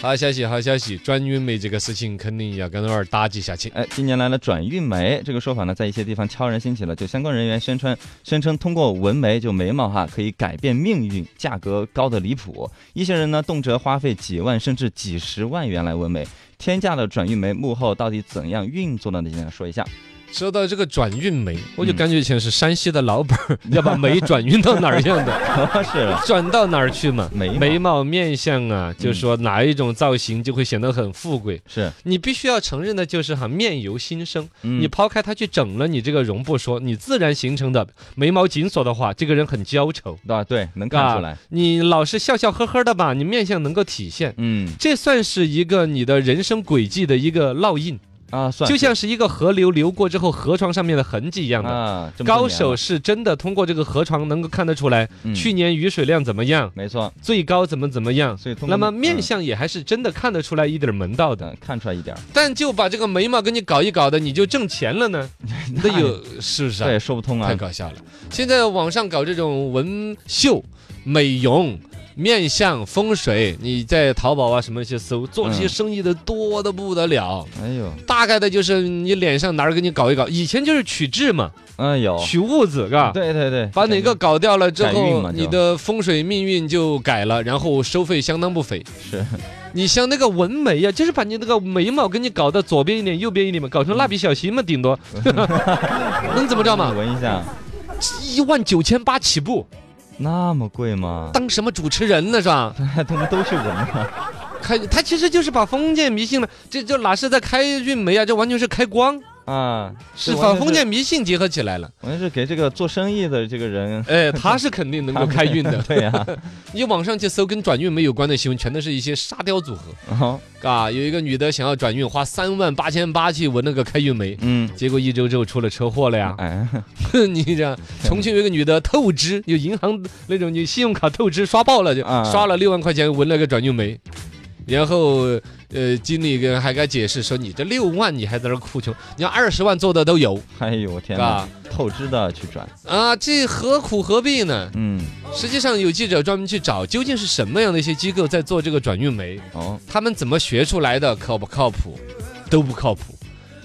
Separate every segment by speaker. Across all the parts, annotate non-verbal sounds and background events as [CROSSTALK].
Speaker 1: 好消息，好消息！转运煤这个事情肯定要跟那儿打击下去。
Speaker 2: 哎，近年来的转运煤这个说法呢，在一些地方悄然兴起了。就相关人员宣称，宣称通过纹眉就眉毛哈可以改变命运，价格高的离谱。一些人呢，动辄花费几万甚至几十万元来纹眉。天价的转运煤幕后到底怎样运作的呢？今天来说一下。 [LAUGHS]
Speaker 1: 说到这个转运煤，我就感觉像是山西的老板儿要把煤转运到哪儿一样 [LAUGHS] 的，
Speaker 2: 是了，
Speaker 1: 转到哪儿去嘛？
Speaker 2: 眉毛
Speaker 1: 眉毛面相啊，就是说哪一种造型就会显得很富贵。
Speaker 2: 是
Speaker 1: 你必须要承认的就是哈，面由心生。
Speaker 2: 嗯
Speaker 1: 你抛开他去整了你这个容不说，你自然形成的眉毛紧锁的话，这个人很焦愁。
Speaker 2: 啊，对，能看出来。
Speaker 1: 你老是笑笑呵呵的吧，你面相能够体现。
Speaker 2: 嗯
Speaker 1: 这算是一个你的人生轨迹的一个烙印，
Speaker 2: 啊，算
Speaker 1: 就是像是一个河流流过之后河床上面的痕迹一样的。
Speaker 2: 啊，这么多
Speaker 1: 高
Speaker 2: 年
Speaker 1: 手
Speaker 2: 了
Speaker 1: 是真的通过这个河床能够看得出来，
Speaker 2: 嗯
Speaker 1: 去年雨水量怎么样，
Speaker 2: 没错，
Speaker 1: 最高怎么怎么样。
Speaker 2: 所以通过
Speaker 1: 那么
Speaker 2: 嗯
Speaker 1: 面相也还是真的看得出来一点门道的，
Speaker 2: 嗯看出来一点儿，
Speaker 1: 但就把这个眉毛给你搞一搞的，你就挣钱了
Speaker 2: [LAUGHS]
Speaker 1: 呢？那有是不是
Speaker 2: 这也
Speaker 1: 啊？
Speaker 2: 说不通啊
Speaker 1: 太。搞笑了！现在网上搞这种纹绣、美容、面相、风水，你在淘宝啊什么去搜，做这些
Speaker 2: 嗯
Speaker 1: 生意的多的不得了。
Speaker 2: 哎呦，
Speaker 1: 大概的就是你脸上哪儿给你搞一搞，以前就是取痣嘛，
Speaker 2: 嗯有，
Speaker 1: 取痦子，嘎。
Speaker 2: 对对对，
Speaker 1: 把哪个搞掉了之
Speaker 2: 改运嘛
Speaker 1: 后，
Speaker 2: 就
Speaker 1: 你的风水命运就改了，然后收费相当不菲。
Speaker 2: 是
Speaker 1: 你像那个纹眉呀、就是把你那个眉毛给你搞到左边一点，右边一点嘛，搞成蜡笔小新嘛，顶
Speaker 2: [LAUGHS]
Speaker 1: 多能怎么着嘛？
Speaker 2: 闻一下，
Speaker 1: 一万九千八起步，
Speaker 2: 那么贵吗？
Speaker 1: 当什么主持人呢是吧？
Speaker 2: [LAUGHS] 他们都去闻了，
Speaker 1: 开他其实就是把封建迷信了，这这哪是在开运眉啊？这完全是开光，
Speaker 2: 啊，
Speaker 1: 是
Speaker 2: 这
Speaker 1: 把
Speaker 2: 完全
Speaker 1: 封建迷信结合起来
Speaker 2: [LAUGHS]
Speaker 1: 了。
Speaker 2: 我是给这个做生意的这个人， [LAUGHS]。
Speaker 1: 哎，他是肯定能够开运的
Speaker 2: 对呀、
Speaker 1: 你网上去搜跟转运眉有关的新闻，全都是一些沙雕组合。
Speaker 2: 然后
Speaker 1: 啊，有一个女的想要转运，花三万八千八去纹那个开运眉，
Speaker 2: 嗯，
Speaker 1: 结果一周之后出了车祸了
Speaker 2: [LAUGHS]
Speaker 1: 呀！
Speaker 2: 哎，
Speaker 1: 你这重庆有一个女的透支，有银行那种你信用卡透支刷爆了，就
Speaker 2: 啊
Speaker 1: 刷了六万块钱纹了个转运眉，然后呃，经理跟还给她解释说你这六万你还在那儿哭穷，你要二十万做的都有，
Speaker 2: 哎呦我天哪
Speaker 1: 啊，
Speaker 2: 透支的去转，
Speaker 1: 啊，这何苦何必呢？
Speaker 2: 嗯，
Speaker 1: 实际上有记者专门去找，究竟是什么样的一些机构在做这个转运眉？
Speaker 2: 哦，
Speaker 1: 他们怎么学出来的，靠不靠谱，都不靠谱。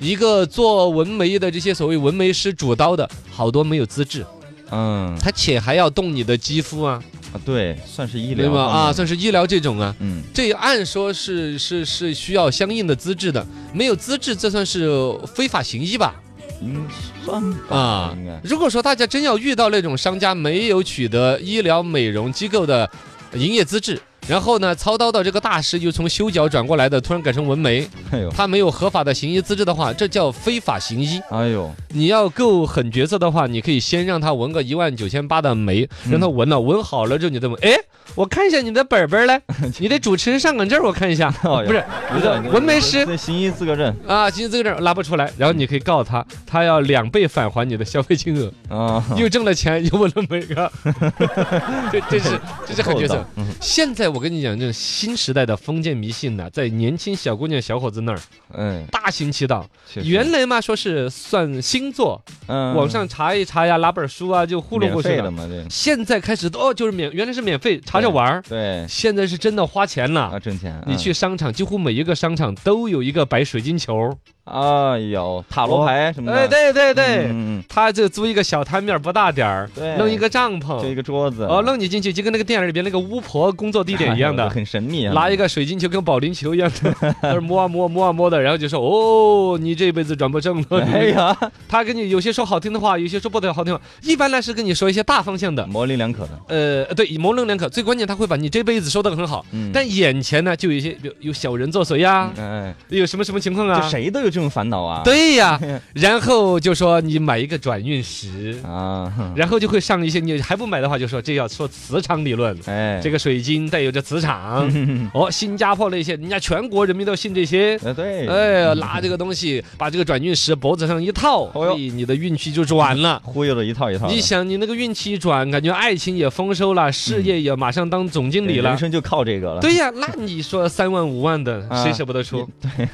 Speaker 1: 一个做纹眉的这些所谓纹眉师主刀的，好多没有资质，
Speaker 2: 嗯，
Speaker 1: 他且还要动你的肌肤啊，
Speaker 2: 啊对，算是医
Speaker 1: 对
Speaker 2: 疗
Speaker 1: 吧？
Speaker 2: 方面
Speaker 1: 啊，，算是医疗这种啊，
Speaker 2: 嗯，
Speaker 1: 这按说是是是需要相应的资质的，没有资质这算是非法行医吧？
Speaker 2: 嗯，算吧，
Speaker 1: 啊
Speaker 2: 应该，
Speaker 1: 如果说大家真要遇到那种商家没有取得医疗美容机构的营业资质，然后呢操刀的这个大师又从修脚转过来的，突然改成纹眉，
Speaker 2: 哎呦，
Speaker 1: 他没有合法的行医资质的话，这叫非法行医。
Speaker 2: 哎呦，
Speaker 1: 你要够狠角色的话，你可以先让他纹个一万九千八的眉，
Speaker 2: 嗯
Speaker 1: 让他纹了，纹好了之后你再问，哎，我看一下你的本本儿
Speaker 2: [LAUGHS]
Speaker 1: 来，你的主持人上岗证儿我看一下，
Speaker 2: 哦
Speaker 1: 不是
Speaker 2: 不是
Speaker 1: 纹眉师
Speaker 2: 那行医资格证
Speaker 1: 啊，行，这个证儿拿不出来，然后你可以告他，他要两倍返还你的消费金额，
Speaker 2: 啊，
Speaker 1: 又挣了钱又纹了眉啊，
Speaker 2: [LAUGHS]
Speaker 1: 这这是这是狠角
Speaker 2: 厚
Speaker 1: 色
Speaker 2: 道。嗯
Speaker 1: 现在我跟你讲，这新时代的封建迷信呢，在年轻小姑娘小伙子那儿
Speaker 2: 哎，
Speaker 1: 大行其道。
Speaker 2: 确实
Speaker 1: 原来嘛，说是算星座，
Speaker 2: 嗯
Speaker 1: 网上查一查呀，拿本书啊，就糊弄
Speaker 2: 免
Speaker 1: 过去
Speaker 2: 费的
Speaker 1: 了。
Speaker 2: 嘛，对
Speaker 1: 现在开始哦，就是免，原来是免费查着玩儿，
Speaker 2: 对
Speaker 1: 现在是真的花钱
Speaker 2: 啊，
Speaker 1: 了。
Speaker 2: 挣钱，
Speaker 1: 你
Speaker 2: 嗯
Speaker 1: 去商场，几乎每一个商场都有一个摆水晶球。
Speaker 2: 啊，有塔罗牌什么的，
Speaker 1: 哎，对对
Speaker 2: 嗯，
Speaker 1: 对，
Speaker 2: 嗯
Speaker 1: 他就租一个小摊面，不大点儿
Speaker 2: 对，
Speaker 1: 弄一个帐
Speaker 2: 嗯就一
Speaker 1: 篷，
Speaker 2: 个桌子，
Speaker 1: 哦，弄你进去就跟那个电影里边那个巫婆工作地点一
Speaker 2: [LAUGHS]
Speaker 1: 样的。
Speaker 2: 很神秘啊，
Speaker 1: 拿一个水晶球跟保龄球一样
Speaker 2: [LAUGHS]
Speaker 1: 的，在那儿摸啊摸啊摸啊摸的，然后就说哦，你这辈子转不正了。
Speaker 2: 哎呀，
Speaker 1: 他跟你有些说好听的话，有些说不得好听的话，一般呢是跟你说一些大方向的，
Speaker 2: 模棱两可的，
Speaker 1: 呃，对，模棱两可。最关键他会把你这辈子说的很好，
Speaker 2: 嗯
Speaker 1: 但眼前呢就有一些，比如有小人作祟呀，
Speaker 2: 哎，
Speaker 1: 有什么什么情况
Speaker 2: 就
Speaker 1: 啊？
Speaker 2: 谁都有这种烦恼啊？
Speaker 1: 对
Speaker 2: [LAUGHS]
Speaker 1: 呀，然后就说你买一个转运石，
Speaker 2: 啊， [LAUGHS] 哼
Speaker 1: 然后就会上一些你还不买的话，就说这要说磁场理论，
Speaker 2: 哎，
Speaker 1: 这
Speaker 2: 个
Speaker 1: 个水晶带有着磁场。
Speaker 2: [LAUGHS]
Speaker 1: 哦，新加坡那些人家全国人民都信这些。
Speaker 2: 呃对，
Speaker 1: 哎呀，拿这个东西把这个转运石脖子上一套，
Speaker 2: 哦哟
Speaker 1: 哎，你的运气就转了。
Speaker 2: 忽悠了一套一套的，
Speaker 1: 你想，你那个运气一转，感觉爱情也丰收了，事业也马上当总经理了
Speaker 2: 人。生就靠这个了。
Speaker 1: 对呀，那你说三万五万的，
Speaker 2: 啊
Speaker 1: 谁舍不得
Speaker 2: [LAUGHS]
Speaker 1: 出？对，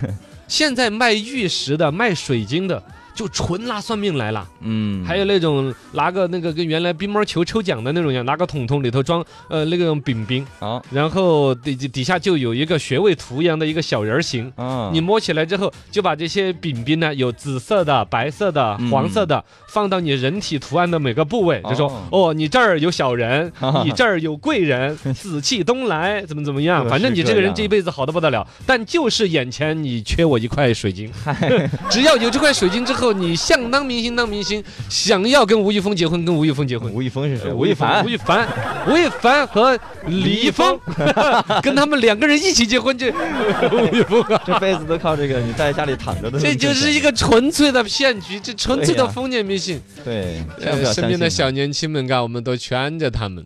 Speaker 1: 现在卖玉石的、卖水晶的，就纯拿算命来了。
Speaker 2: 嗯，
Speaker 1: 还有那种拿个那个跟原来乒乓球抽奖的那种一样，拿个桶桶里头装呃那个饼饼，
Speaker 2: 好
Speaker 1: 然后底底下就有一个穴位图一样的一个小人儿形。
Speaker 2: 啊，
Speaker 1: 你摸起来之后，就把这些饼饼呢，有紫色的、白色的
Speaker 2: 嗯、
Speaker 1: 黄色的，放到你人体图案的每个部位，就说
Speaker 2: 哦，
Speaker 1: 哦，你这儿有小人
Speaker 2: [LAUGHS]
Speaker 1: 你这儿有贵人，紫气东来，怎么怎么
Speaker 2: [LAUGHS]
Speaker 1: 样？反正你这个人这一辈子好的不得了，但就是眼前你缺我一块水晶，只要有这块水晶之后，你想当明星当明星，想要跟吴亦峰结婚跟吴亦峰结婚。
Speaker 2: [LAUGHS] 吴亦峰是谁？吴亦凡
Speaker 1: 吴，亦凡，吴亦凡和李易
Speaker 2: [LAUGHS]
Speaker 1: 峰，跟他们两个人一起结婚，这 [LAUGHS] 吴亦峰啊，
Speaker 2: 这辈子都靠这个，你在家里躺着的，
Speaker 1: [LAUGHS] 这就是一个纯粹的骗局，这纯粹的封建迷信。
Speaker 2: 对，这样
Speaker 1: 呃
Speaker 2: 比较啊
Speaker 1: 身边的
Speaker 2: 相信
Speaker 1: 小年轻们，嘎，我们都劝着他们，